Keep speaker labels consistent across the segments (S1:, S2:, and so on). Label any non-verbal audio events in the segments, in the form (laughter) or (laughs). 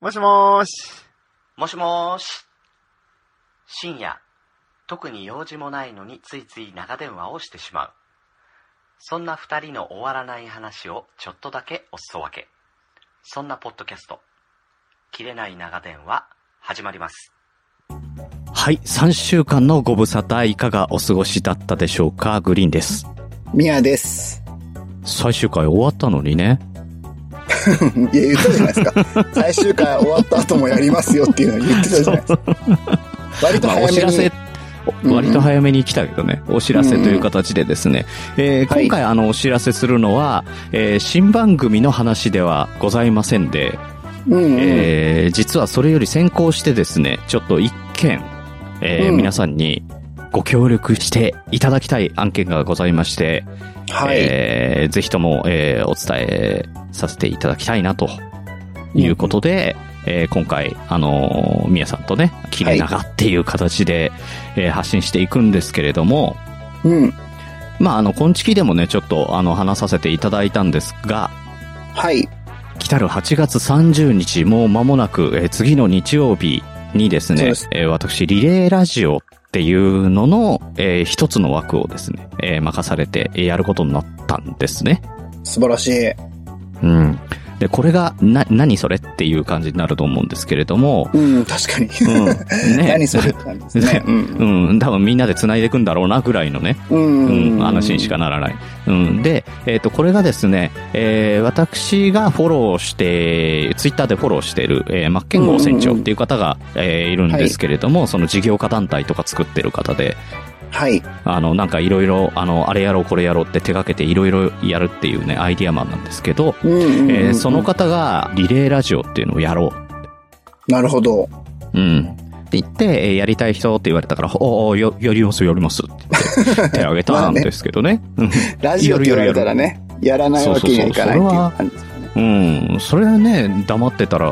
S1: もしもーし。
S2: もしもーし。深夜、特に用事もないのについつい長電話をしてしまう。そんな二人の終わらない話をちょっとだけおすそ分け。そんなポッドキャスト、切れない長電話、始まります。
S3: はい。3週間のご無沙汰、いかがお過ごしだったでしょうかグリーンです。
S4: ミヤです。 (laughs)
S3: 最終回終わったのにね。
S4: いや、言ったじゃないですか。最終回終わった後もやりますよっていうのを言ってたじゃないですか。割と
S3: まあ、
S4: 早
S3: お
S4: めに。
S3: 知らせ、
S4: うん
S3: 割と早めに来たけどね、お知らせという形でですね、えー
S4: はい
S3: 今回あの、お知らせするのは、えー新番組の話ではございませんで、
S4: うんうん、
S3: えー実はそれより先行してですね、ちょっと一件、えー
S4: うん
S3: 皆さんにご協力していただきたい案件がございまして、
S4: はい、
S3: えーぜひとも、えーお伝えさせていただきたいなということで、えー今回、あのー、みやさんとね、切れ長っていう形で、えー発信していくんですけれども、
S4: うん。
S3: まあ、あの、今月でもね、ちょっと、あの、話させていただいたんですが、
S4: はい。
S3: 来たる8月30日、もう間もなく、えー次の日曜日にです
S4: そう
S3: ね、
S4: です
S3: えー私、リレーラジオっていうのの、えー一つの枠をですね、えー任されてえーやることになったんですね。
S4: 素晴らしい。
S3: うん。で、これが、な、何それっていう感じになると思うんですけれども、
S4: うん、確かに。
S3: うん。ね。
S4: 何それって感じですね。うん。
S3: うん、多分みんなで繋いでいくんだろうなぐらいのね、
S4: う
S3: う
S4: ん。
S3: ん、話にしかならない。うん、で、えっ、と、これがですね、えー私がフォローして、ツイッターでフォローしてる、えー、マッケンゴー船長っていう方が、えーいるんですけれども、その事業家団体とか作ってる方で、
S4: はい。
S3: あの、なんかいろいろ、あの、あれやろう、これやろうって手掛けていろいろやるっていうね、アイディアマンなんですけど、
S4: うんうんうん
S3: えーその方がリレーラジオっていうのをやろう。
S4: なるほど。
S3: うん。って言って、えーやりたい人って言われたから、おお、よやります、やりますって言
S4: (laughs)
S3: って、手挙げたんですけどね。
S4: ラジオって言われたらね、やらないわけにはいかないっていう感じですかね。
S3: うん。それね、黙ってたら、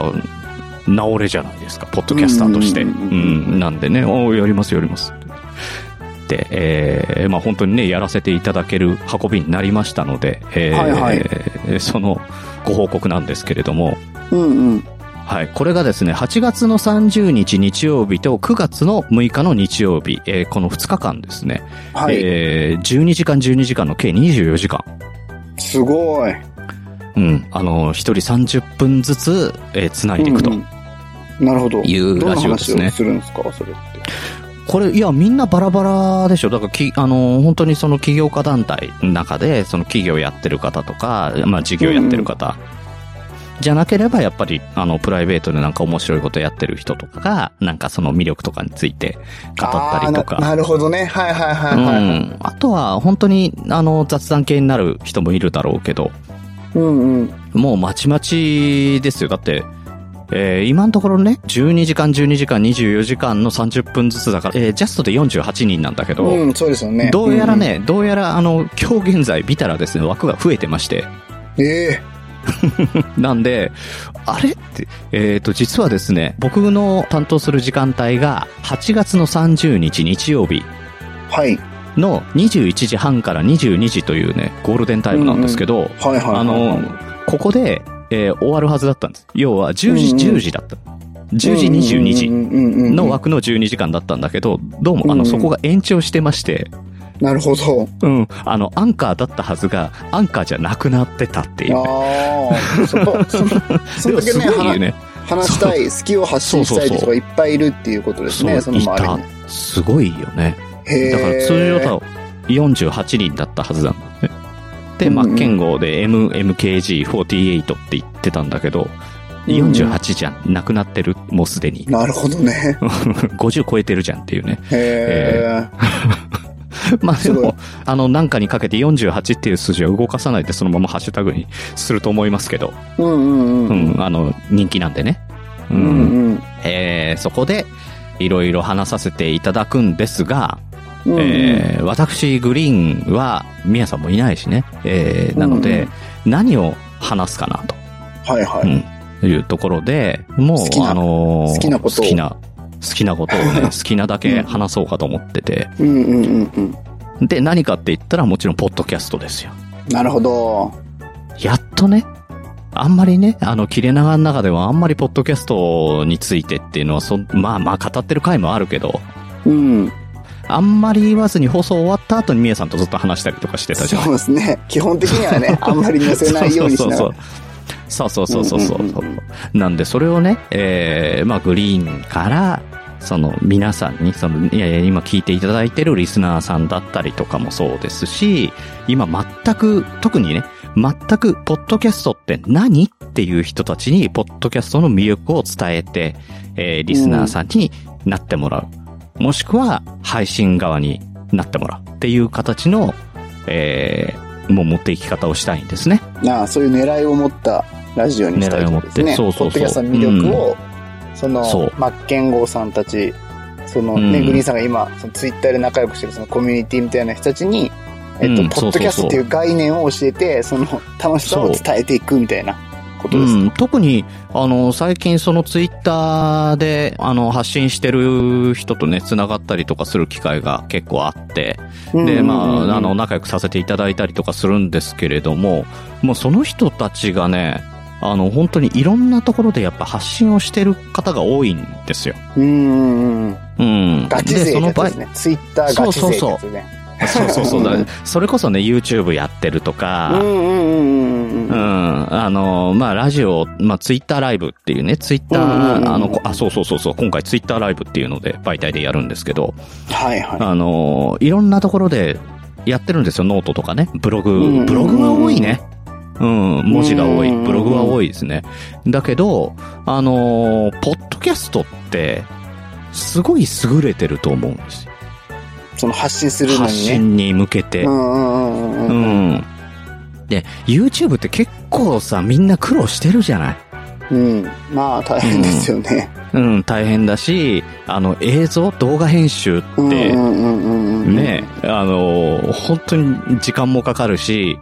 S3: 治れじゃないですか、ポッドキャスターとして。う
S4: うんうんうんうん
S3: ん。なんでね、おお、やります、やりますって。で、えーまあ本当にね、やらせていただける運びになりましたので、えー
S4: はいはい
S3: えーそのご報告なんですけれども、
S4: うんうん。
S3: はい。これがですね、8月の30日日曜日と9月の6日の日曜日、えーこの2日間ですね。
S4: はい。
S3: えー12時間12時間の計24時間。
S4: すごい。
S3: うん。あの、1人30分ずつ、えー繋いでいくと。
S4: うんうんなるほど。
S3: いうラジオですね
S4: どんな話をするんですか、それって。
S3: これ、いや、みんなバラバラでしょ。だから、き、あの、本当にその企業家団体の中で、その企業やってる方とか、まあ、事業やってる方。じゃなければ、やっぱり、あの、プライベートでなんか面白いことやってる人とかが、なんかその魅力とかについて語ったりとか
S4: あー。ななるほどね。はいはいは
S3: う
S4: いはい。
S3: ん。あとは、本当に、あの、雑談系になる人もいるだろうけど、
S4: うんうん。
S3: もうまちまちですよ。だって、えー今のところね、12時間、12時間、24時間の30分ずつだから、えージャストで48人なんだけど、
S4: うん、そうですよね。
S3: どうやらね、どうやら、あの、今日現在、見たらですね、枠が増えてまして。
S4: うん。え
S3: なんで、あれって、えっ、と、実はですね、僕の担当する時間帯が、8月の30日日曜日
S4: えはい。
S3: の21時半から22時というね、ゴールデンタイムなんですけど、
S4: はいはいはい。
S3: あの、ここで、えー終わるはずだったんです。要は、10時、
S4: うんうん
S3: 10時だった。10時、22時
S4: 時
S3: の枠の12時間だったんだけど、どうも、あ
S4: うん
S3: の、
S4: うん
S3: そこが延長してまして、
S4: なるほど。
S3: うん、あの、アンカーだったはずが、アンカーじゃなくなってたっていう、ね。
S4: ああ、そ
S3: (laughs)
S4: こ、そのそ
S3: で
S4: ん
S3: も
S4: だけ
S3: す
S4: ね、
S3: ごい
S4: 話
S3: ね。
S4: 話したい、好きを発信したい人がいっぱいいるっていうことです
S3: そう、
S4: ね、
S3: い
S4: その周り
S3: た
S4: に。。
S3: すごいよね。
S4: へえ。
S3: だから通常だと48人だったはずなんだよね。で、
S4: うん
S3: マッケン号で MMKG48 って言ってたんだけど、
S4: うん
S3: 48じゃんなくなってる、もうすでに。
S4: (laughs) なるほどね。
S3: 50超えてるじゃんっていう
S4: (laughs)
S3: ね。
S4: へえ。
S3: まあです
S4: ご
S3: も
S4: い、
S3: あの、なんかにかけて48っていう数字は動かさないでそのままハッシュタグにすると思いますけど、
S4: うんうん
S3: う
S4: う
S3: ん、
S4: ん。
S3: あの、人気なんでね。う
S4: うん
S3: ん、
S4: うん
S3: えーそこで、いろいろ話させていただくんですが、
S4: うんうん。
S3: えー私、グリーンは、みやさんもいないしね。えーなので、何を話すかなと。
S4: はいは
S3: う
S4: い。
S3: んいうところで、もう
S4: 好き、な
S3: あのー
S4: 好きなことを
S3: 好きな、好きなことを
S4: (laughs)
S3: ね、好きなだけ話そうかと思ってて。
S4: うんうんうんうん。
S3: で、何かって言ったらもちろん、ポッドキャストですよ。
S4: なるほど。
S3: やっとね、あんまりね、あの、切れ長の中ではあんまりポッドキャストについてっていうのは、そ、まあまあ語ってる回もあるけど、
S4: うん。
S3: あんまり言わずに放送終わった後にみえさんとずっと話したりとかしてたじゃん。
S4: そうですね。基本的に
S3: (laughs)
S4: はね、あんまり載せないようにしながら。
S3: そうそうそうそうそうそうそう
S4: うんうんうん
S3: なんで、それをね、えー、まあ、グリーンから、その、皆さんに、その、いやいや、今聞いていただいてるリスナーさんだったりとかもそうですし、今全く、特にね、全く、ポッドキャストって何っていう人たちに、ポッドキャストの魅力を伝えて、えー、リスナーさんになってもらう。もしくは、配信側になってもらうっていう形の、えー、もう持っていき方をしたいんですね。
S4: ああそういう狙いを持ったラジオにしたいってことですね。
S3: 狙いを持ってそうそうそう
S4: ポッドキャストの魅力を、その、
S3: そう
S4: マッケンゴーさんたち、そのね、
S3: うん
S4: グリーンさんが今、そのツイッターで仲良くしてるそのコミュニティみたいな人たちに、えっと、
S3: うん
S4: ポッドキャストっていう概念を教えて、その楽しさを伝えていくみたいなことです。
S3: うん、特に、あの、最近そのツイッターで、あの、発信してる人とね、繋がったりとかする機会が結構あって、
S4: うん
S3: で、まあ、あの、
S4: うん
S3: 仲良くさせていただいたりとかするんですけれども、もうその人たちがね、あの、本当にいろんなところでやっぱ発信をしてる方が多いんですよ。
S4: うんうん。
S3: うん。
S4: ガチ勢
S3: そ
S4: っ
S3: の
S4: て
S3: 場合
S4: やつですね。ツイッターガチ勢ってやつね。
S3: そうそうそ
S4: (laughs)
S3: うだね。それこそね、YouTube やってると
S4: う
S3: か、
S4: んうんうんうん
S3: う
S4: うん。
S3: ん。あの、まあ、ラジオ、まあ、ツイッターライブっていうね、ツイッタ
S4: うんうんうん
S3: ー、あの、こあ、そうそうそうそう、今回ツイッターライブっていうので、媒体でやるんですけど、
S4: はいはい。
S3: あの、いろんなところでやってるんですよ、ノートとかね。ブロ
S4: うんうん
S3: グ、ブログは多いね。うん、文字が多い。ブログは多いですね。だけど、あの、ポッドキャストって、すごい優れてると思うんですよ。
S4: その発信するの
S3: 発
S4: にね。
S3: 信に向けて。
S4: うんうんうんう。
S3: うんん。で、YouTube って結構さ、みんな苦労してるじゃない
S4: うん。まあ、大変ですよね。
S3: うん、大変だし、あの、映像、動画編集って、
S4: うんう
S3: ね、
S4: んうんうんうん。
S3: あの、本当に時間もかかるし、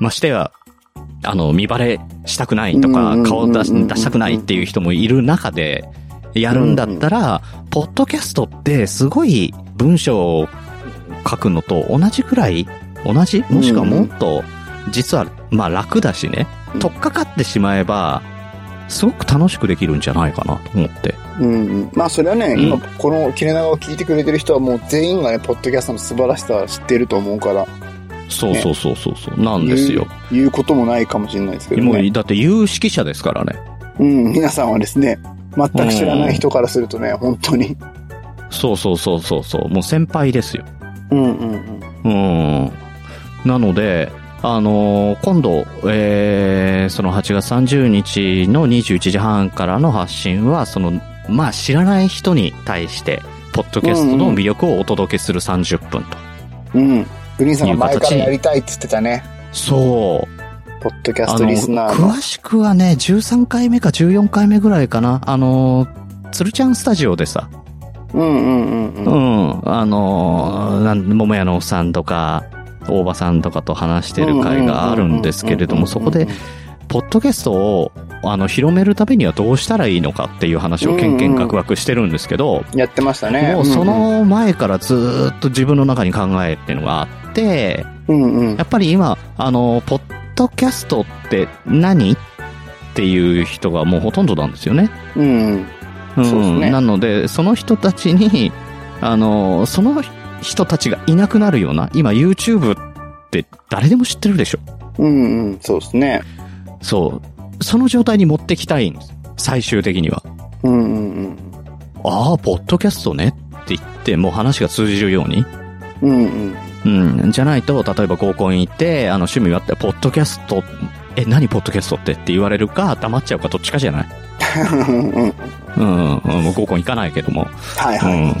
S3: ましてや、あの、見バレしたくないと
S4: うんうんうん
S3: か
S4: う、
S3: 顔
S4: ん
S3: 出し出したくないっていう人もいる中で、やるんだったら、ポッドキャストってすごい文章を書くのと同じくらい、同じもしくはもっと、実は、まあ楽だしね、取っかかってしまえば、すごく楽しくできるんじゃないかなと思って。
S4: うんうん。まあ、それはね、
S3: うん
S4: 今、この切れ長を聞いてくれてる人はもう全員がね、ポッドキャストの素晴らしさは知ってると思うから、
S3: そう
S4: ね
S3: そうそうそうそう、なんですよ。
S4: 言うこともないかもしれないですけど
S3: も
S4: ね。
S3: う、だって有識者ですからね。
S4: うん、皆さんはですね、全く知らない人からするとね、本当に。
S3: そうそうそうそうそう、もう先輩ですよ。
S4: うんうんう
S3: う
S4: ん。
S3: ん。なので、あのー今度、えー、その8月30日の21時半からの発信は、その、まあ知らない人に対して、ポッドキャストの魅力をお届けする30分と。
S4: うん。グリーンさんが前
S3: い
S4: から
S3: う形
S4: やりたいって言ってたね、
S3: そう。
S4: ポッドキャス
S3: あ
S4: ト
S3: の
S4: リスナーの。
S3: 詳しくはね、13回目か14回目ぐらいかな。あのー、つるちゃんスタジオでさ、
S4: うんうんうん
S3: う
S4: うん。
S3: ん、あのー、なん、桃屋のおっさんとか、大場さんとかと話してる会があるんですけれども、そこで、ポッドキャストを、あの、広めるためにはどうしたらいいのかっていう話をケンケンガクガクしてるんですけど、
S4: やってましたね。
S3: もうそ
S4: んん、
S3: の前からずーっと自分の中に考えっていうのがあって、
S4: うんうん
S3: や。っぱり今、あの、ポッドキャストって何っていう人がもうほとんどなんですよね。
S4: うんうん。
S3: うん
S4: そうですね
S3: なので、その人たちに、あの、その人たちがいなくなるような、今 YouTube って誰でも知ってるでしょ。
S4: うんうん、そうですね。
S3: そう。その状態に持ってきたいんです。最終的には。
S4: うんうんうん。
S3: ああ、ポッドキャストねって言って、もう話が通じるように。
S4: うんうん。
S3: うん。じゃないと、例えば合コン行って、あの、趣味があって、ポッドキャスト、え、何ポッドキャストってって言われるか、黙っちゃうか、どっちかじゃない
S4: うんうん
S3: うん。うんもう合コン行かないけども。
S4: はいうはい。
S3: ん。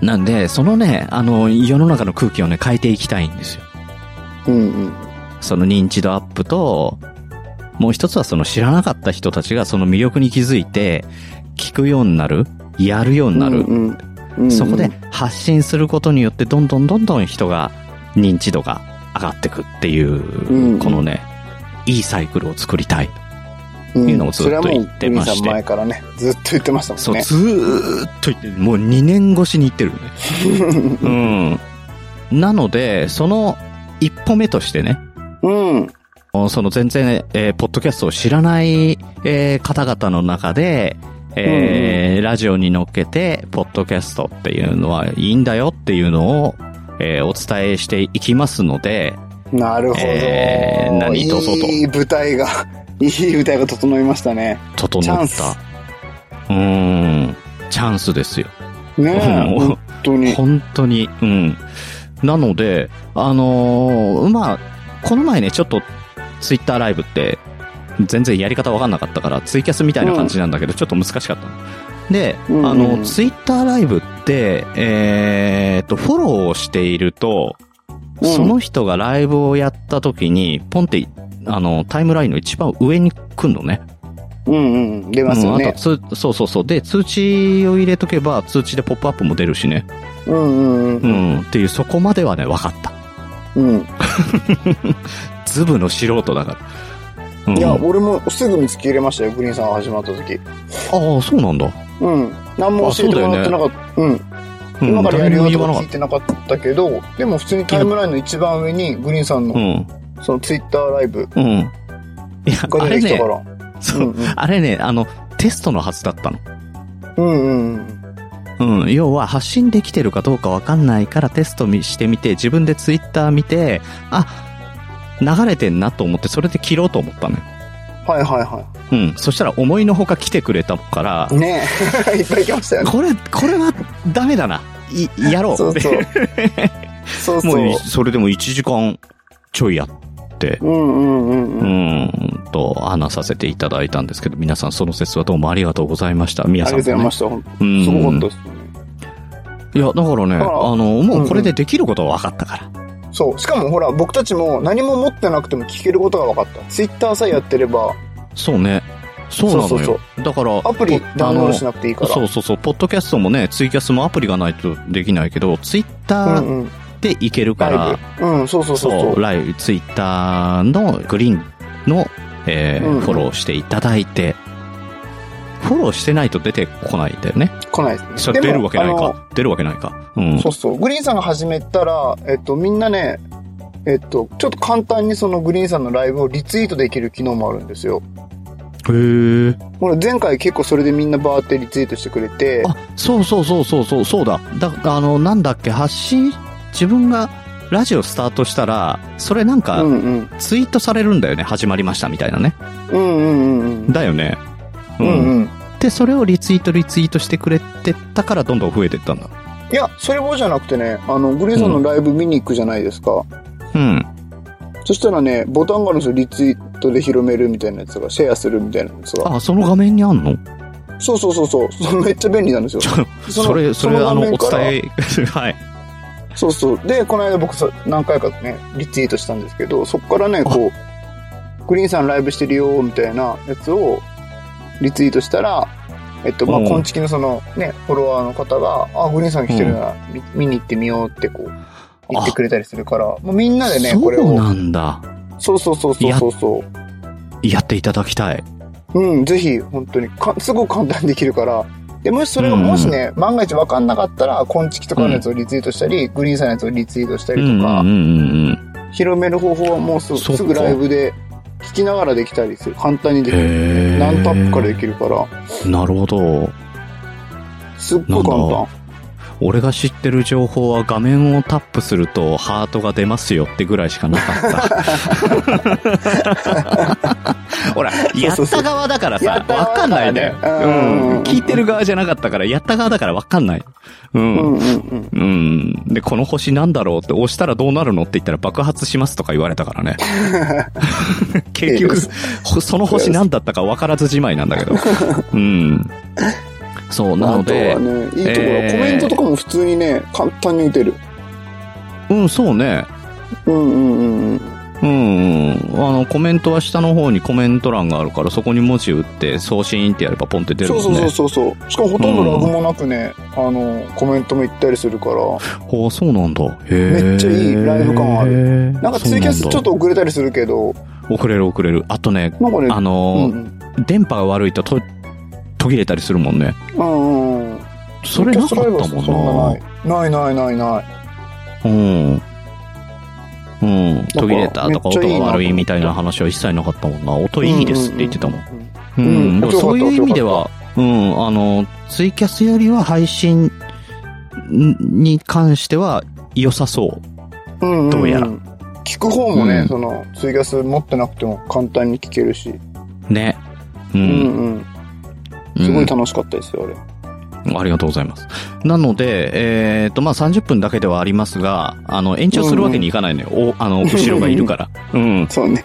S3: (laughs) なんで、そのね、あの、世の中の空気をね、変えていきたいんですよ。
S4: うんうん。
S3: その認知度アップと、もう一つはその知らなかった人たちがその魅力に気づいて、聞くようになる、やるようになる。
S4: うんうんうんうん
S3: そこで発信することによって、どんどんどんどん人が、認知度が上がってくっていう、
S4: うんうん
S3: このね、いいサイクルを作りたい。
S4: うん
S3: いうのをずっと言ってまして
S4: それはもうグリーンさん前からね、ずっと言ってました
S3: そ
S4: もん
S3: う、
S4: ね。
S3: ずーっと言ってる。もう2年越しに言ってるよね。うん。なので、その一歩目としてね、
S4: うん。
S3: その全然、えーポッドキャストを知らない、えー方々の中で、えーラジオに乗っけて、ポッドキャストっていうのはいいんだよっていうのを、えーお伝えしていきますので、
S4: なるほど。
S3: えー何どうぞと
S4: いい舞台が、いい舞台が整いましたね。
S3: 整っ
S4: チャンス
S3: た。うーん、チャンスですよ。
S4: ねえ、
S3: うん
S4: 本当に。
S3: 本当に、うん。なので、あのーまあ、この前ね、ちょっと、ツイッターライブって、全然やり方わかんなかったから、ツイキャスみたいな感じなんだけど、ちょっと難しかったの。で、
S4: うんうん
S3: あの、ツイッターライブって、えーっと、フォローをしていると、
S4: うん
S3: その人がライブをやった時に、ポンって、あの、タイムラインの一番上に来るのね。
S4: うんうん。出ますよ
S3: うん、あ
S4: ね
S3: と。つ、そうそうそう。で、通知を入れとけば、通知でポップアップも出るしね。
S4: うんうんう。
S3: うんん、っていう、そこまではね、分かった。
S4: うん。
S3: ズブの素人だから。うん、
S4: いや、
S3: あ
S4: 俺もすぐ見つけ入れましたよ、グリーンさんが始まった時。
S3: あ、そうなんだ。
S4: うん。何も教えてもらってなかった。うん。
S3: うん、
S4: 今からや
S3: 誰
S4: る
S3: も
S4: よと
S3: 言
S4: か
S3: わなか
S4: 聞
S3: っ
S4: いてなかったけど、でも普通にタイムラインの一番上にグリーンさん
S3: た。う
S4: の
S3: ん。
S4: そのツイッターライブ
S3: うん。いや、
S4: が
S3: あ
S4: 出
S3: れ
S4: てきたか
S3: ね、
S4: ら。
S3: そうう、
S4: んうん
S3: あれね、あの、テストのはずだったの。
S4: うんうんうん。
S3: うん。要は、発信できてるかどうかわかんないからテストみしてみて、自分でツイッター見て、あ、流れてんなと思って、それで切ろうと思ったのよ。
S4: はいは
S3: うん。そしたら、思いのほか来てくれたから
S4: いは、い。ねえ。 (laughs) いっぱい来ましたよね。
S3: これ、これは、ダメだな。い、やろう。
S4: そうそう。
S3: (laughs)
S4: そう
S3: もうい、
S4: そ
S3: それでも1時間ちょいやって、
S4: う。うんうんうん
S3: う
S4: うん。
S3: ーんと、話させていただいたんですけど、皆さんその説はどうもありがとうございました。皆
S4: ありがと
S3: さ
S4: うんございま
S3: し
S4: した。ほんと
S3: た。うん。
S4: すごかったですよね。
S3: いや、だからね、
S4: だから
S3: あの、もうこれでできることは分かったから。
S4: そう。しかもほら、僕たちも何も持ってなくても聞けることが分かった。ツイッターさえやってれば、
S3: そうね。そうなのよ。
S4: そうそう
S3: だから、
S4: アプリ
S3: ポ
S4: ダウンロードし
S3: あ
S4: なくていいか
S3: の
S4: ら。
S3: そうそうそう、ポッドキャストもね、ツイキャスもアプリがないとできないけど、ツイッタ
S4: うん
S3: ー
S4: うん。
S3: でいけるから、
S4: ライブ。うん、そうそうそう
S3: そう、
S4: そう。
S3: ライブ、ツイッターのグリーンの、えー
S4: うん
S3: フォローしていただいて、フォローしてないと出てこないんだよね。
S4: 来ないですね。
S3: それ
S4: で
S3: 出
S4: も
S3: るわけない。
S4: あの
S3: か。出るわけないか。うん。
S4: そうそう。グリーンさんが始めたら、えっと、みんなね、えっと、ちょっと簡単にそのグリーンさんのライブをリツイートできる機能もあるんですよ。
S3: へえ。
S4: ほら、前回結構それでみんなバーってリツイートしてくれて、
S3: あ、そうそうそうそうそう、そうだ。だ、あの、なんだっけ、発信、自分がラジオスタートしたら、それなん
S4: う
S3: か、
S4: んうん。
S3: ツイートされるんだよね。始まりましたみたいなね。
S4: うんうんうんうん。
S3: だよね。
S4: うんうん。
S3: で、それをリツイートリツイートしてくれてたから、どんどん増えてったんだ。
S4: いや、それもじゃなくてね、あの、グリーンさんのライブ見に行くじゃないですか。
S3: うん。
S4: そしたらね、ボタンがあるんですよ。リツイートで広めるみたいなやつが、シェアするみたいなやつが。
S3: あ、その画面にあんの
S4: そうそうそうそう。それめっちゃ便利なんですよ。その
S3: それ、それ、
S4: その
S3: あ
S4: 画
S3: の、お
S4: 面から
S3: 伝え、 (laughs) はい。
S4: そうそう。で、この間僕さ、何回かね、リツイートしたんですけど、そこからね、こう、グリーンさんライブしてるよ、みたいなやつをリツイートしたら、えっと、まあ、
S3: うん
S4: 今月のそのね、フォロワーの方が、あ、グリーンさん来てるなら、み見に行ってみようってこう、言ってくれたりするから、もうみんなでね、これ
S3: そう
S4: を、
S3: なんだ。
S4: そうそうそうそうそうそ
S3: やっていただきたい。
S4: う。うん、ぜひ、本当にか、すごく簡単にできるから、で、もしそれが、
S3: うん
S4: もしね、万が一わかんなかったら、今月とかのやつをリツイートしたり、グリーンさんのやつをリツイートした
S3: う
S4: り
S3: ん
S4: と
S3: う
S4: か、
S3: んうんうん。
S4: 広める方法はもうすぐ
S3: そっか
S4: すぐライブで聞きながらできたりする簡単にできる
S3: へー
S4: 何タップからできるから
S3: なるほど。
S4: すっごく
S3: なんだ
S4: 簡
S3: 俺が知ってる情報は画面をタップするとハートが出ますよってぐらいしかな
S4: (laughs)
S3: かった。ほら、やった側だから
S4: や
S3: さ
S4: っ、た側
S3: わかんないんだよ。
S4: だからねうん
S3: うん聞いてる側じゃなかったから、やった側だからわかんない。う
S4: 単うん
S3: ん。
S4: うんうん
S3: うん。で、この星なんだろうって押したらどうなるのって言ったら爆発しますとか言われたから
S4: (laughs)
S3: ね。結局、ほその星何だったか分からずじまいなんだ
S4: (laughs)
S3: けど。うん。そう、なので
S4: あとは、ねいいところ、
S3: えー
S4: コメントとかも普通にね簡単に打てる
S3: うん、そうね。
S4: うんうんうんうん
S3: うん、うん。あの、コメントは下の方にコメント欄があるから、そこに文字打って送信ってやればポンって出る
S4: そ
S3: も
S4: うんそうそう
S3: ね。
S4: そうそうしかもほとんどラグもなくね、あのコメントも行ったりするから
S3: ほう、そうなんだ。へー
S4: めっちゃいいライブ感あ
S3: る
S4: なんかツイキャスちょっと。遅れたりするけど
S3: 遅れる遅れる。あとね、
S4: なんかね
S3: あ
S4: うん
S3: の
S4: う
S3: ー、
S4: ん
S3: 電波が悪いとと途切れたりするもんね。
S4: うんうんうん
S3: それなかったもんな。
S4: ないないないないない
S3: うん。うん、途切れたとか
S4: めっちゃ
S3: 音
S4: いいな
S3: が悪いみたいな話は一切なかったもんな。音いいですって言ってたもん。う
S4: うんうんうん
S3: ん、で
S4: 面
S3: も
S4: 白か
S3: そ
S4: った
S3: ういう意味では、うん、あの、ツイキャスよりは配信んに関しては良さそう。
S4: うんんん
S3: どうやら
S4: 聞く方もね、
S3: うん
S4: そのツイキャス持ってなくても簡単に聞けるし、
S3: ね。う
S4: うん
S3: ん。
S4: うん、
S3: うん
S4: すごい楽しかったですよ、あれ。
S3: ありがとうございます。なので、えっ、と、まあ、30分だけではありますが、あの、延長するわけにいかないのよ。お、あの、後ろがいるから。うん。
S4: そうね。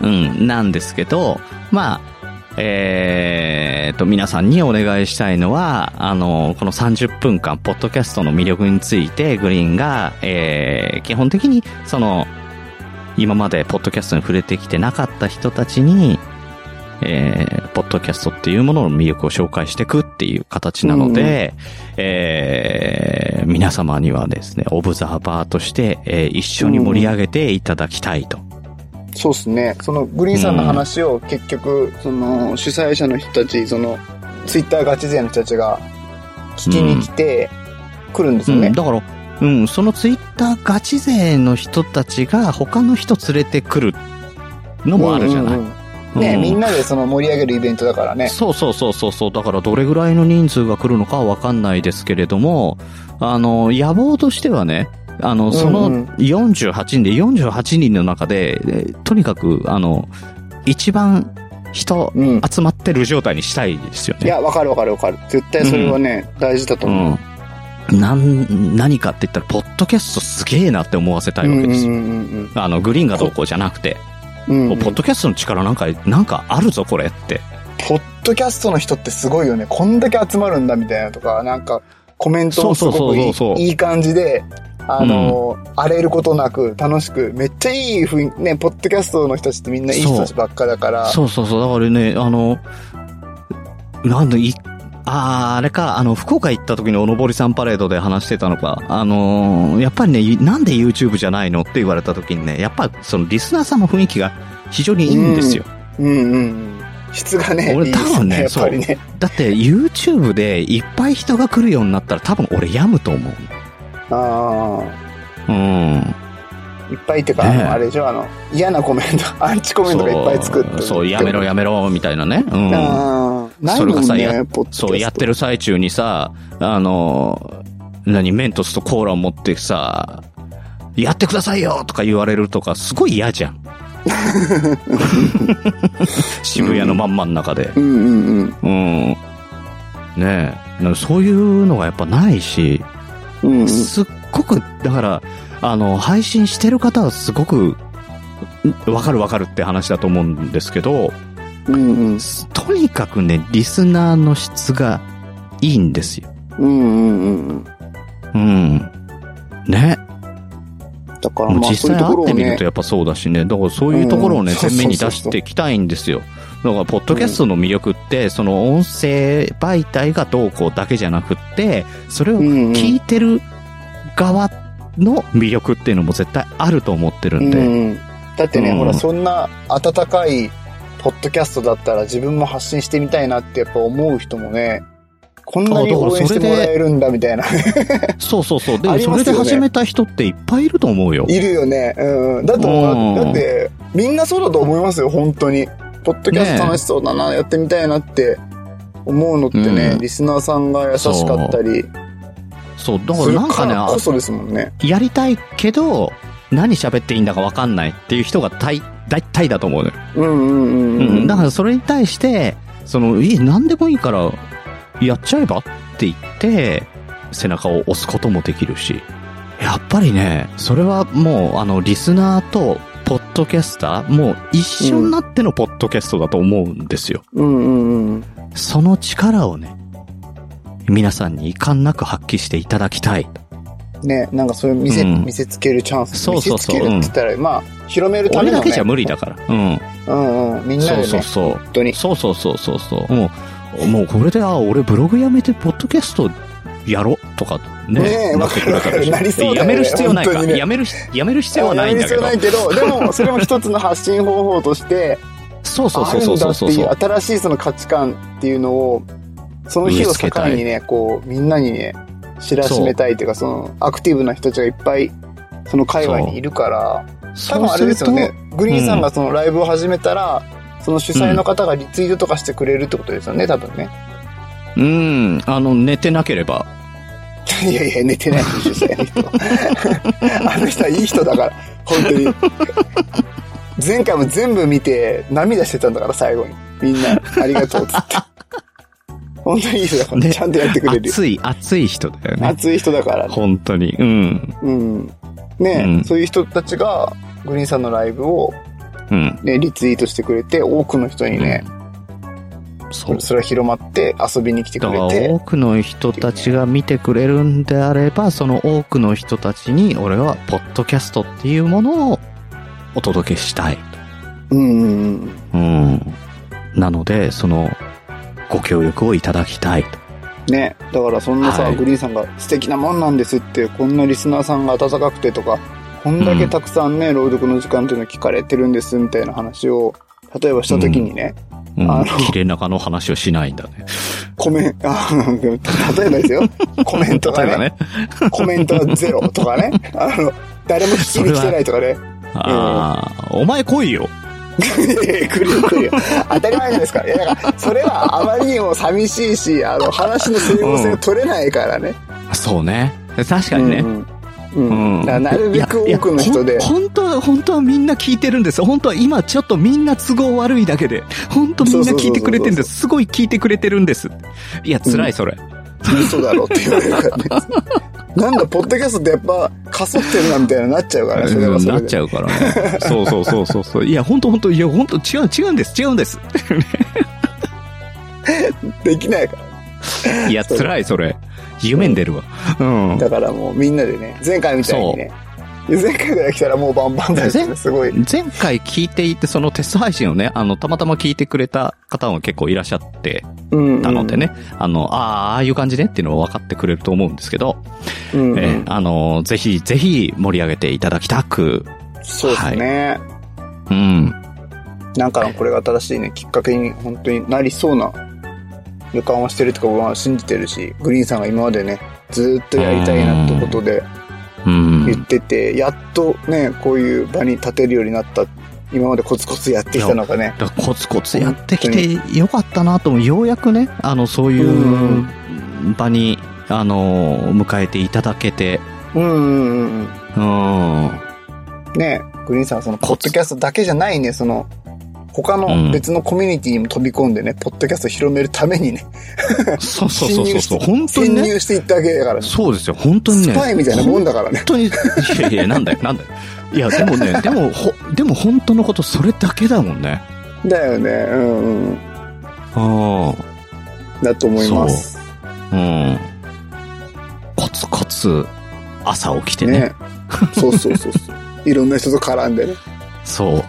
S3: うん、なんですけど、まあ、えー、と、皆さんにお願いしたいのは、あの、この30分間、ポッドキャストの魅力について、グリーンが、えー、基本的に、その、今までポッドキャストに触れてきてなかった人たちに、えー、ポッドキャストっていうものの魅力を紹介していくっていう形なので、えー、皆様にはですね、オブザーバーとして、えー一緒に盛り上げていただきたいと。
S4: そうっすね。そのグリーンさんの話を結局、その主催者の人たち、そのツイッターガチ勢の人たちが聞きに来て、来るんですよ
S3: う
S4: ね
S3: ん、。だから、うん、そのツイッターガチ勢の人たちが他の人連れてくるのもあるじゃない。
S4: うんうんうんね、
S3: うん
S4: みんなでその盛り上げるイベントだからね。
S3: そうそうそうそうそう。だからどれぐらいの人数が来るのかはわかんないですけれども、あの、野望としてはね、あの、そ
S4: うんう
S3: の
S4: ん
S3: 48人で、48人の中で、えとにかく、あの、一番人
S4: うん。
S3: 集まってる状態にしたいですよね。
S4: いや、わかるわかるわかる。絶対それはね、大事だと思う。
S3: うん。なん、何かって言ったら、ポッドキャストすげえなって思わせたいわけですよ。
S4: うんうん
S3: あの、グリーンがどうこうじゃなくて、
S4: うんうん
S3: も
S4: う
S3: うんポッドキャストの力なんか、なんかあるぞ、これって。
S4: ポッドキャストの人ってすごいよね。こんだけ集まるんだみたいなとか、なんか、コメントもす
S3: そうそ
S4: ご
S3: う
S4: くい
S3: そ
S4: いう
S3: そう
S4: いい感じで、あの、荒れることなく、楽しく、めっちゃいい雰囲気、ね、ポッドキャストの人たちってみんないい人たちばっかだから、
S3: そうそうそう、だからね、あの、なんで、い、あーあれか、あの、福岡行った時のおのぼりさんパレードで話してたのか、あのーやっぱりね、なんで YouTube じゃないのって言われた時にね、やっぱそのリスナーさんの雰囲気が非常にいいんですよ。
S4: うんうんうん。質がね、
S3: 俺
S4: いいです
S3: 多分
S4: ね、
S3: ね
S4: やっぱりね。
S3: だって YouTube でいっぱい人が来るようになったら多分俺病むと思う。
S4: あ
S3: うん。
S4: あ、いっぱいってか、
S3: ねえ
S4: あれでしょ、あの、嫌なコメント、 (laughs) アンチコメントがいっぱい作って
S3: そうそう、やめろやめろ、みたいなね。うん。
S4: ああ、ない
S3: それ
S4: も
S3: が
S4: ん
S3: さ
S4: ね
S3: や、
S4: ポッドキャスト。
S3: そう、やってる最中にさ、あの、何、メントスとコーラを持ってさ、やってくださいよとか言われるとか、すごい嫌じゃ
S4: (laughs)
S3: ん。渋谷のまんまん中で。
S4: うんうん
S3: う
S4: うん。
S3: ん。ねえ。なそういうのがやっぱないし、
S4: うんうん、
S3: すっごく、だから、あの、配信してる方はすごく、んわかるわかるって話だと思うんですけど、
S4: うんうん。
S3: とにかくね、リスナーの質がいいんですよ。
S4: うんうんうんうん。
S3: うん。ね。
S4: だから
S3: もう
S4: まあ、
S3: 実
S4: そ
S3: 際
S4: ういうとこ
S3: 会
S4: ろ
S3: っ
S4: を
S3: てみる
S4: ね
S3: と、やっぱそうだしね。だからそういうところをね、
S4: うんそ
S3: 前
S4: うそうそう
S3: 面に出していきたいんですよ。だから、ポッドキャストの魅力って、その音声媒体がどうこうだけじゃなくって、それを
S4: うんうん
S3: 聞いてる側の魅力っていうのも絶対あると思ってるん
S4: う
S3: で。
S4: んうん、だってね、
S3: うん
S4: ほら、そんな温かいポッドキャストだったら自分も発信してみたいなってやっぱ思う人もね、こんなに
S3: あだから
S4: 応援
S3: そ
S4: して
S3: れで
S4: もらえるんだみたいな。
S3: そうそうそう。で、
S4: あり
S3: そ
S4: ま
S3: れで
S4: すよね
S3: 始めた人っていっぱいいると思うよ。
S4: いるよね。うんうん。だと思
S3: う
S4: う。
S3: ん
S4: だって、みんなそうだと思いますよ、本当に。ポッドキャスト楽しそうだな、やってみたいなって思うのってね、
S3: うん
S4: リスナーさんが優しかったり
S3: そう。だか
S4: す
S3: ら
S4: る
S3: なん
S4: か
S3: かね、
S4: らこそですもんね。
S3: やりたいけど、何喋っていいんだかわかんないっていう人が大、大体だと思うのよ。
S4: うんうんうん
S3: う、
S4: うんん。
S3: だからそれに対して、その、いい、何でもいいから、やっちゃえばって言って、背中を押すこともできるし。やっぱりね、それはもう、あの、リスナーと、ポッドキャスター、もう一緒になってのポッドキャストだと思うんですよ。
S4: うんうんうん。
S3: その力をね、皆さんに遺憾なく発揮していただきたい。
S4: ね、なんかそういう見せ、
S3: うん
S4: 見せつけるチャンス。
S3: そうそうそう
S4: 見せつけるって言ったら、まあ、広めるため
S3: 俺
S4: の、ね。
S3: だけじゃ無理だから。う
S4: うんうん。みん
S3: ん。
S4: なで
S3: そ
S4: ね、
S3: うそうそう。
S4: 本当に。
S3: そうそうそうそうそう。もう、もうこれで、あ、俺ブログやめて、ポッドキャストやろとかね。
S4: ねえ
S3: なってくれたら
S4: わかるわかるなりそうだよね
S3: やめる必要ない
S4: 本
S3: か。
S4: 当にね
S3: やめる、やめる必要はないんだけど
S4: や。る必要ないけど、でも、それも一つの発信方法として、
S3: そうそう
S4: あ
S3: そう
S4: る
S3: そ
S4: ん
S3: う
S4: だ
S3: そう
S4: って
S3: そうそ
S4: い
S3: うう。
S4: 新しいその価値観っていうのを、その日を境にね、こう、みんなにね、知らしめたいというか、その、アクティブな人たちがいっぱい、その界隈にいるから、多
S3: そう
S4: 分あ
S3: す
S4: れで
S3: る
S4: す
S3: と、
S4: よね。グリーンさんがそのライブを始めたら、その主催の方がリツイートとかしてくれるってことですよね、多分ね。
S3: うん、あの、寝てなければ。
S4: (laughs) いやいや、寝てない主催の人。あの人はいい (laughs) 人だから、本当に。前回も全部見て、涙してたんだから、最後に。みんな、ありがとうっつって。 (laughs) 本当にいい人だから、
S3: ね
S4: ちゃんとやってくれるよ。
S3: 熱い、熱い人だよね。
S4: 熱い人だから、
S3: 本当に。うん。
S4: うん。ね、
S3: うん
S4: そういう人たちが、グリーンさんのライブを、
S3: うん。
S4: ね、リツイートしてくれて、多くの人にね、
S3: そう。
S4: それが広まって遊びに来て
S3: だ
S4: く
S3: から
S4: れて
S3: 多、くの人たちが見てくれるんであれば、その多くの人たちに俺はポッドキャストっていうものをお届けしたい。
S4: うんうん
S3: う
S4: うん。
S3: ん。なので、その、ご協力をいただきたいと。
S4: ね、だからそんなさ、
S3: はい
S4: グリーンさんが素敵なもんなんですって、こんなリスナーさんが温かくてとか、こんだけたくさんね、朗読の時間っていうの聞かれてるんですみたいな話を、例えばした時にね、
S3: う
S4: あ
S3: ん
S4: の。
S3: 切れ長の話をしないんだね。
S4: コメン (laughs) ト、あ例えばで
S3: (laughs)
S4: すよ、コメントが
S3: 例えば
S4: ね、
S3: ね。
S4: コメントはゼロとか
S3: (laughs)
S4: ね、あの、誰も聞きに来てないとかね、
S3: ああ、お前来いよ。
S4: いやいや来るよ来る
S3: (laughs)
S4: よ。当たり前じゃないですか。いや、だから、それはあまりにも寂しいし、あの、話の整合性が取れないからね。
S3: そうね。確かにね。
S4: うん。うん。うん
S3: うん
S4: だからなるべく多くの人
S3: い
S4: で
S3: やいや。ほん本当は、本当はみんな聞いてるんです。本当は今ちょっとみんな都合悪いだけで。本当みんな聞いてくれてるんです。すごい聞いてくれてるんです。いや、辛い、それ。
S4: 嘘だろって言われるからね。なんだ、ポッドキャストってやっぱ、かそってるなみたいになっちゃうからね、それは
S3: うん
S4: それ
S3: な
S4: で。
S3: っちゃうから
S4: (laughs)
S3: ね。そうそうそうそうそう。いや、本当本当いや、本当違う、違うんです、違うんです。
S4: できないから。
S3: いや、辛い、それ。夢に出るわ。うん。
S4: だからもうみんなでね、前回みたいにね。前回ぐらい来たらもうバンバンだよね、
S3: 前
S4: すごい。
S3: 前回聞いていて、そのテスト配信をね、あの、たまたま聞いてくれた方も結構いらっしゃって
S4: うん、うん。
S3: たので。ね、あの、ああ、ああいう感じねっていうのは分かってくれると思うんですけど、
S4: うん、うん
S3: えーあの、ぜひ、ぜひ盛り上げていただきたく、
S4: そうですね。
S3: うん。
S4: なんかこれが新しいね、きっかけに本当になりそうな予感はしてるとか、まあ信じてるし、グリーンさんが今までね、ずっとやりたいなってことで
S3: う
S4: 言っ
S3: ん。
S4: てて、やっとね、こういう場に立てるようになった、今までコツコツやってきたのがね、
S3: だからコツコツやってきてよかったなと思う。ようやくね、あの、そういう場に、あの、迎えていただけて、
S4: うんうんうんうん。
S3: うん。
S4: (laughs) ね、グリーンさんはその、ポッドキャストだけじゃないね、その、他の別のコミュニティにも飛び込んでね、ポッドキャストを広めるためにね、
S3: そうそうそうそうそう。
S4: 侵
S3: 本
S4: 入
S3: 当に
S4: 潜
S3: ね。
S4: 入していったわけだからね。
S3: そうですよ。本当にね。
S4: スパイみたいなもんだからね
S3: 本。当に、いやいや、なんだよ、なんだよ。いや、でもね、でも、ほ、でも本当のことそれだけだもんね。
S4: だよね、うんうん。
S3: うん。
S4: だと思います。
S3: うん。コツコツ、朝起きてね。
S4: ね。そうそうそう
S3: (laughs)
S4: そう。いろんな人と絡んでね。
S3: そう。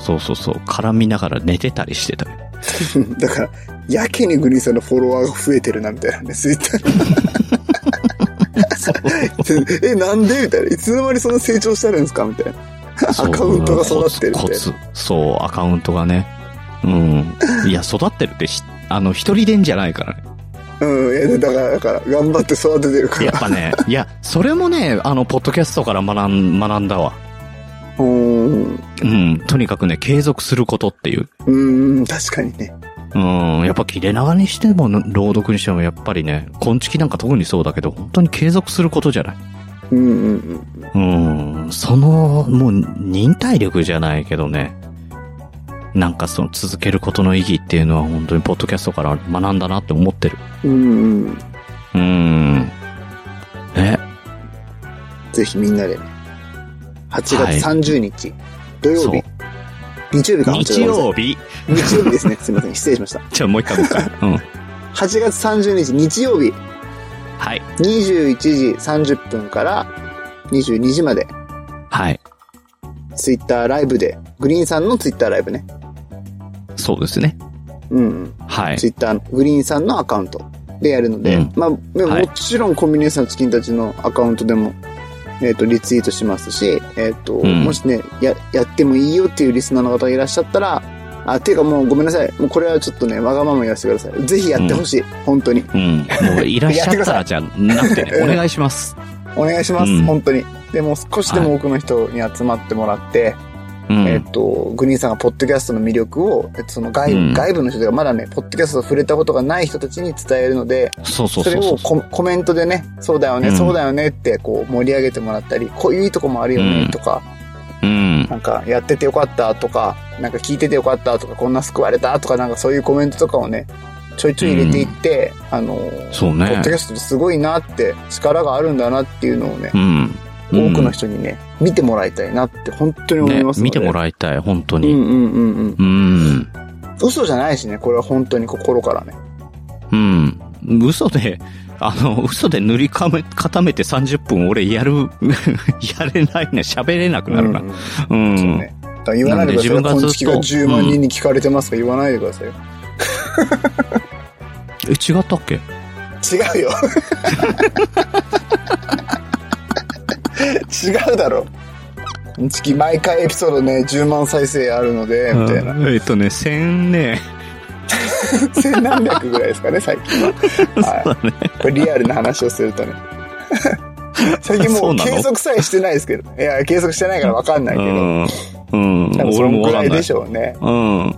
S3: そうそうそう。絡みながら寝てたりしてたよ。
S4: だから、やけにグリーンさんのフォロワーが増えてるな、みたいなね、ツイッターで。え、なんでみたいな。いつの間にそんな成長してるんですかみたいな。
S3: そう
S4: (laughs) アカウントが育ってるみたいな
S3: コツコツ。そう、アカウントがね。うん。いや、育ってるってし、あの、一人でんじゃないから
S4: (laughs)
S3: ね。
S4: うん、いや、だから、だから、頑張って育ててるか
S3: や
S4: ら。
S3: っぱね、いや、それもね、あの、ポッドキャストから学ん、学んだわ。
S4: うーん。
S3: うん。とにかくね、継続することっていう。
S4: うん、確かにね。
S3: うん。やっぱ切れ長にしても、朗読にしても、やっぱりね、昆虫なんか特にそうだけど、本当に継続することじゃない。
S4: うん、うん、
S3: うん。その、もう、忍耐力じゃないけどね。なんかその続けることの意義っていうのは本当にポッドキャストから学んだなって思ってる。
S4: うん。うん、う
S3: う
S4: ん。
S3: ん。ね。
S4: ぜひみんなでね。8月30日、土曜
S3: そ
S4: 日
S3: う。。
S4: 日曜日か、
S3: 日曜日。
S4: 日日曜日ですね。 (laughs) すいません、失礼しました。
S3: じゃあもう一回もう一回。うん。
S4: 8月30日、日曜日。
S3: はい。
S4: 21時30分から22時まで、
S3: はい。
S4: ツイッターライブで、グリーンさんのツイッターライブね。
S3: そうですね。
S4: うんうん。
S3: はい
S4: ツ。イッター、グリーンさんのアカウントでやるので、
S3: うん
S4: まあ、でも
S3: はい
S4: もちろんコンビニエンスのチキンたちのアカウントでも、えっ、と、リツイートしますし、えっ、と、
S3: ん
S4: もしね、や、やってもいいよっていうリスナーの方がいらっしゃったら、あ、ていうかもうごめんなさい。もうこれはちょっとね、わがまま言わせてください。ぜひやってほしい。本当に。 (laughs)
S3: うん。もういらっしゃったらじゃなくてね、お願いします。
S4: お願いします、
S3: うん
S4: 本当に。でもう少しでも多くの人に集まってもらって、
S3: うん。
S4: えっと、グリーンさんがポッドキャストの魅力を、えっと、その外,、
S3: うん
S4: 外部の人というか、まだね、ポッドキャストを触れたことがない人たちに伝えるので、
S3: そうそう
S4: そ
S3: そ
S4: れ
S3: うそ
S4: を
S3: う。
S4: ココメントでね、そうだよね、
S3: うん
S4: そうだよねってこう盛り上げてもらったり、こういういいとこもあるよ
S3: う
S4: ね
S3: ん
S4: とか、
S3: うん。
S4: なんかやっててよかったとか、なんか聞いててよかったとか、こんな救われたとか、なんかそういうコメントとかをね、ちょいちょい入れていって、あのー
S3: そう
S4: ポッ
S3: ね
S4: ドキ。ャストってすごいなって、力があるんだなっていうのをね
S3: う、ん。
S4: 多くの
S3: 人
S4: 人にね、見てもらいたいなって本当に思い
S3: ね
S4: ま、すの
S3: 見
S4: で、
S3: てもらいたい、本当
S4: うん
S3: に。
S4: うんうんうん。
S3: うん。
S4: 嘘じゃないしね、これは本当に心からね。
S3: うん。嘘で、あの、嘘で塗りかめ固めて30分俺やる、 (laughs) やれないね。喋れなくなるな
S4: う。んうん
S3: う。
S4: そうんね。だから言わないでくださいよ。
S3: なんで自分
S4: こ
S3: がずっと
S4: んちきが10万人に聞かれてますか、言わないでくださいよ。
S3: え、違ったっけ
S4: 違うよ。違うだろ。うんちき毎回エピソードね、10万再生あるので、みたいな。
S3: うんえっとね、1000ね。
S4: 千何百ぐらいで
S3: (laughs)
S4: すかね、最近は。
S3: そう
S4: は
S3: だね。
S4: い。これリアルな話をすると
S3: (laughs)
S4: ね。最近
S3: そ
S4: も
S3: う
S4: う
S3: なの
S4: 計測さえしてないですけど。いや、計測してないからわかんないけど。
S3: うん。うん。
S4: 多分そ
S3: 俺
S4: の
S3: もわ
S4: ぐ
S3: からん
S4: い
S3: ない
S4: で。しょうね。
S3: うん。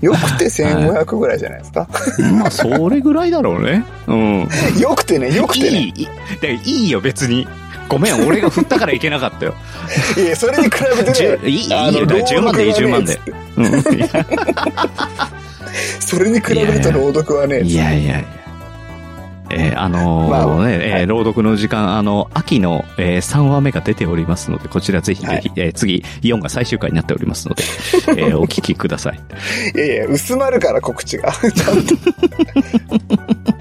S4: よくて1500ぐらいじゃないですか。 (laughs)
S3: まあ、それぐらいだろうね。うん。
S4: よくてね、 (laughs) よくてね。
S3: いい、いい、でいいよ、別に。ごめん、俺が振ったからいけなか
S4: (laughs)
S3: ったよ。
S4: いや、それに比べ
S3: (laughs) じ
S4: て
S3: ゅ
S4: ね。
S3: いい、いい
S4: あの
S3: よ、だから10万でいい、10
S4: 朗読は
S3: 万
S4: ね
S3: で。うん。
S4: それに比べると朗読はね、
S3: いやいやいや。えーあのー
S4: まあ
S3: ね、えー朗読の時間、あの、秋の、えー3話目が出ておりますので、こちらぜひぜひ、えー次、4が最終回になっており
S4: (laughs)
S3: ますので、えーお聞きください。
S4: いやいや、薄まるから告知が。 (laughs) ちゃんと。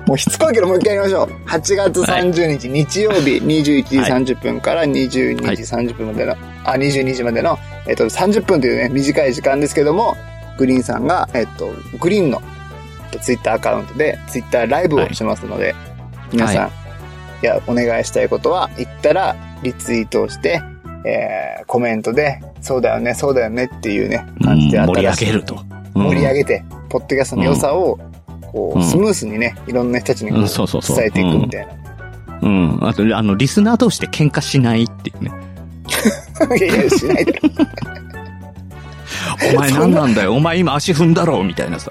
S4: もうしつこいけどもう一回やりましょう。8月30日、日曜日21時30分から22時30分までの、あ、22時までの、えっと、30分というね、短い時間ですけども、グリーンさんが、えっと、グリーンのツイッターアカウントで、ツイッターライブをしますので、皆さん、、
S3: はい
S4: や、お願いしたいことは、言ったら、リツイートをして、えー、コメントで、そうだよね、そうだよねっていうね、
S3: う
S4: 感じ
S3: ん
S4: で
S3: 盛り
S4: 新
S3: 上
S4: しい
S3: げると。うん
S4: 盛り上げて、ポッドキャストの良さを、こ
S3: う
S4: う、
S3: ん
S4: スムースにね、いろんな人たちにこ
S3: うんそうそうそう
S4: 伝えていくみたいな。
S3: うん。あと、あの、リスナー同士で喧嘩しないって
S4: (laughs)
S3: いうね。
S4: いやいや、しないで。
S3: お前何なんだよ、お前今足踏んだろうみたいなさ。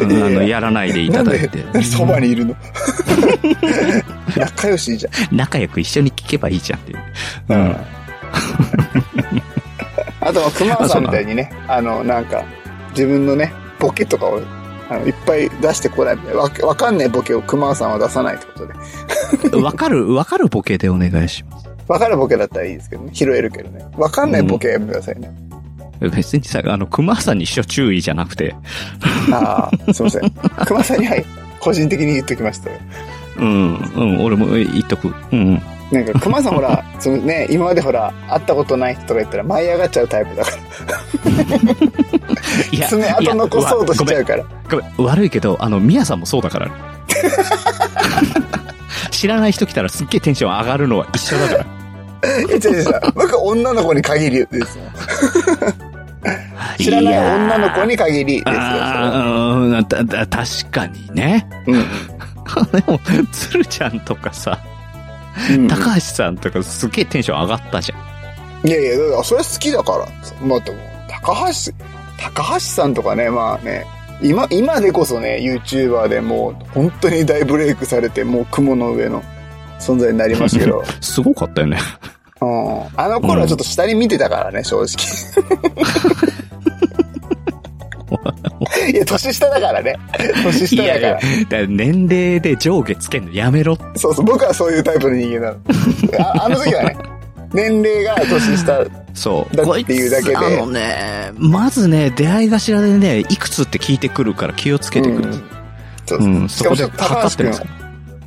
S3: うんあ
S4: (laughs)
S3: の、やらないでい
S4: な
S3: た
S4: ん
S3: だ
S4: で
S3: いて、。 (laughs)
S4: そばにいるの (laughs) 仲良しじゃん。
S3: 仲良く一緒に聞けばいいじゃんっていう。う
S4: うん
S3: ん。
S4: あとは、熊さんみたいにね、あの、なんか、自分のね、ボケとかを、あのいっぱい出してこない。わわかんないボケを熊さんは出さないってことで。
S3: わかる、わかるボケでお願いします。
S4: わかるボケだったらいいですけどね。拾えるけどね。わかんないボケはやめてくださいね。
S3: 別にさ、あの、熊さんに一緒注意じゃなくて、
S4: ああ、すいません。熊さんにはい、個人的に言っときましたよ。
S3: うん、うん、俺も言っとく。うん。
S4: なんか、熊さんほら、 (laughs) そのね、今までほら、会ったことない人とか言ったら舞い上がっちゃうタイプだから、
S3: い
S4: 爪痕残そうとしちゃう
S3: い
S4: から。
S3: やわごめんごめん悪いけど、あの、ミヤさんもそうだ
S4: (laughs)
S3: から。知らない人来たらすっげえテンション上がるのは一緒だから。
S4: いや、違う違う違う。僕は女の子に限りですよ。 (laughs) 知らない女の子に限りですよ。
S3: あーうんたた確かにね。 (laughs)
S4: それは
S3: でも、鶴ちゃんとかさ、
S4: うん。うん
S3: 高橋さんとかすっげえテンション上がったじゃん。
S4: いやいや、だからそれは好きだから。まあ、でも、高橋、高橋さんとかね、まあね、今、今でこそね、YouTuber でもう、本当に大ブレイクされて、もう雲の上の存在になりました
S3: (laughs)
S4: けど、
S3: すごかった
S4: (laughs)
S3: よね。
S4: うんあの頃はちょっと下に見てたからね、正直。いや、年下だからね。年下だから。
S3: だから年齢で上下つけんのやめろって
S4: そうそう、僕はそういうタイプの人間なの。ああの時 (laughs) はね、年齢が年下。
S3: そう。
S4: だ
S3: こ
S4: っていうだけで
S3: いつあのね、まずね、出会い頭でね、いくつって聞いてくるから気をつけてくる。
S4: そう
S3: う、
S4: そうんし
S3: そ
S4: か
S3: こ
S4: も
S3: で
S4: 高
S3: 測っ
S4: 橋
S3: て
S4: 君
S3: るんです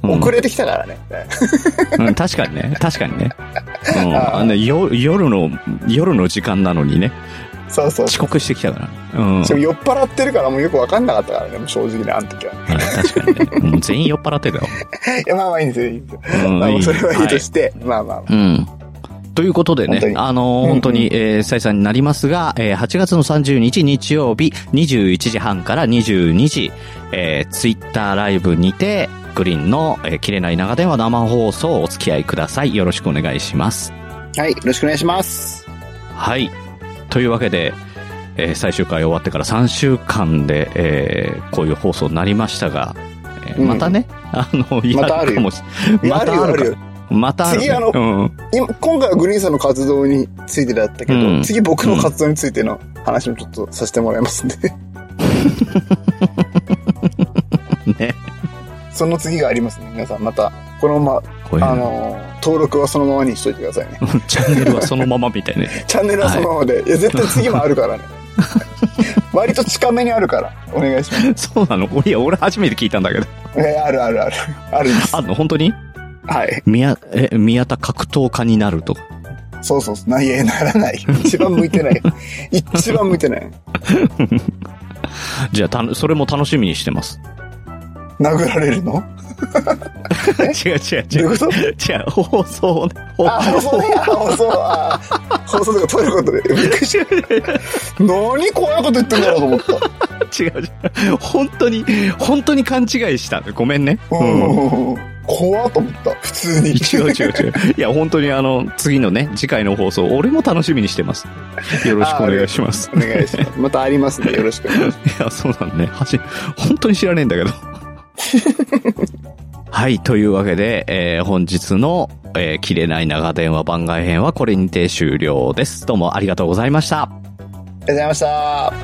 S3: うん、
S4: 遅れてきたからね。
S3: うん、確かにね、確かにね。うん、あのよ夜の、夜の時間なのにね、
S4: そうそう。し
S3: 遅刻してきたから。うん。
S4: かも酔っ払ってるからもうよくわかんなかったからね、もう正直ね、あの時は。
S3: うん確かにね。うん全員酔っ払ってたよ。
S4: いや、まあまあいいんですよ、いいんですよ。
S3: うん
S4: まあもうそれはいい
S3: は
S4: と
S3: い
S4: して、まあまあまあ。
S3: うん。ということで
S4: 本当に
S3: ね、あ
S4: うん
S3: の
S4: う
S3: ー、
S4: ん
S3: 本当に、えー、再三になりますが、えー、8月の30日日曜日、21時半から22時、えー、ツイッターライブにて、グリーンの、えー切れない長電話生放送お付き合いください。よろしくお願いします。
S4: はい、よろしくお願いします。
S3: はい。というわけで、えー最終回終わってから3週間で、えーこういう放送になりましたが、えー
S4: うん
S3: またね、あの、
S4: またあるよ
S3: やしまたあるか。またある、ね。
S4: 次あの
S3: うん。
S4: 今今回はグリーンさんの活動についてだったけど、
S3: うん
S4: 次僕の活動についての話もちょっとさせてもらいますんで。
S3: (laughs) ね。
S4: その次がありますね、皆さん。また、このま
S3: こうい
S4: ま、あ
S3: うの
S4: のー、登録はそのままにしといてくださいね。
S3: チャンネルはそのままみたいね。
S4: チャンネルはそのままで。い、や、絶対次もあるからね。割と近めにあるから、お願い
S3: (laughs)
S4: します。
S3: (laughs) そうなの俺、いや俺初めて聞いたんだけど。
S4: えーあるあるある。あるんです。
S3: あんの本当に
S4: はい。
S3: 宮、え、宮田格闘家になるとか。
S4: そうそうそう。ないえ、ならない。一番向いてない。一番向いてない。
S3: じゃあ、たの、それも楽しみにしてます。
S4: 殴られるの
S3: (laughs) 違う違う
S4: どう
S3: 違。
S4: いううこと
S3: 違う、放送をね。放
S4: あ、放送ね。あ放送、あ放送とか撮ることで。びっくりした。何こういうこと言ってんだろうと思った。
S3: 違う違う。本当に、本当に勘違いした。ごめんね。うん。
S4: うん。怖っと思った。普通に。
S3: 違う違う違う。いや、本当にあの、次のね、次回の放送、俺も楽しみにしてます。よろしくお願いします。
S4: お願いし (laughs) ます。またありますんで、よろしくお願いしま
S3: (laughs) いや、そうなんね。はじ、本当に知らねえんだけど。はい。というわけで、えー本日の、えー切れない長電話番外編はこれにて終了です。どうもありがとうございました。
S4: す。ありがとうございました。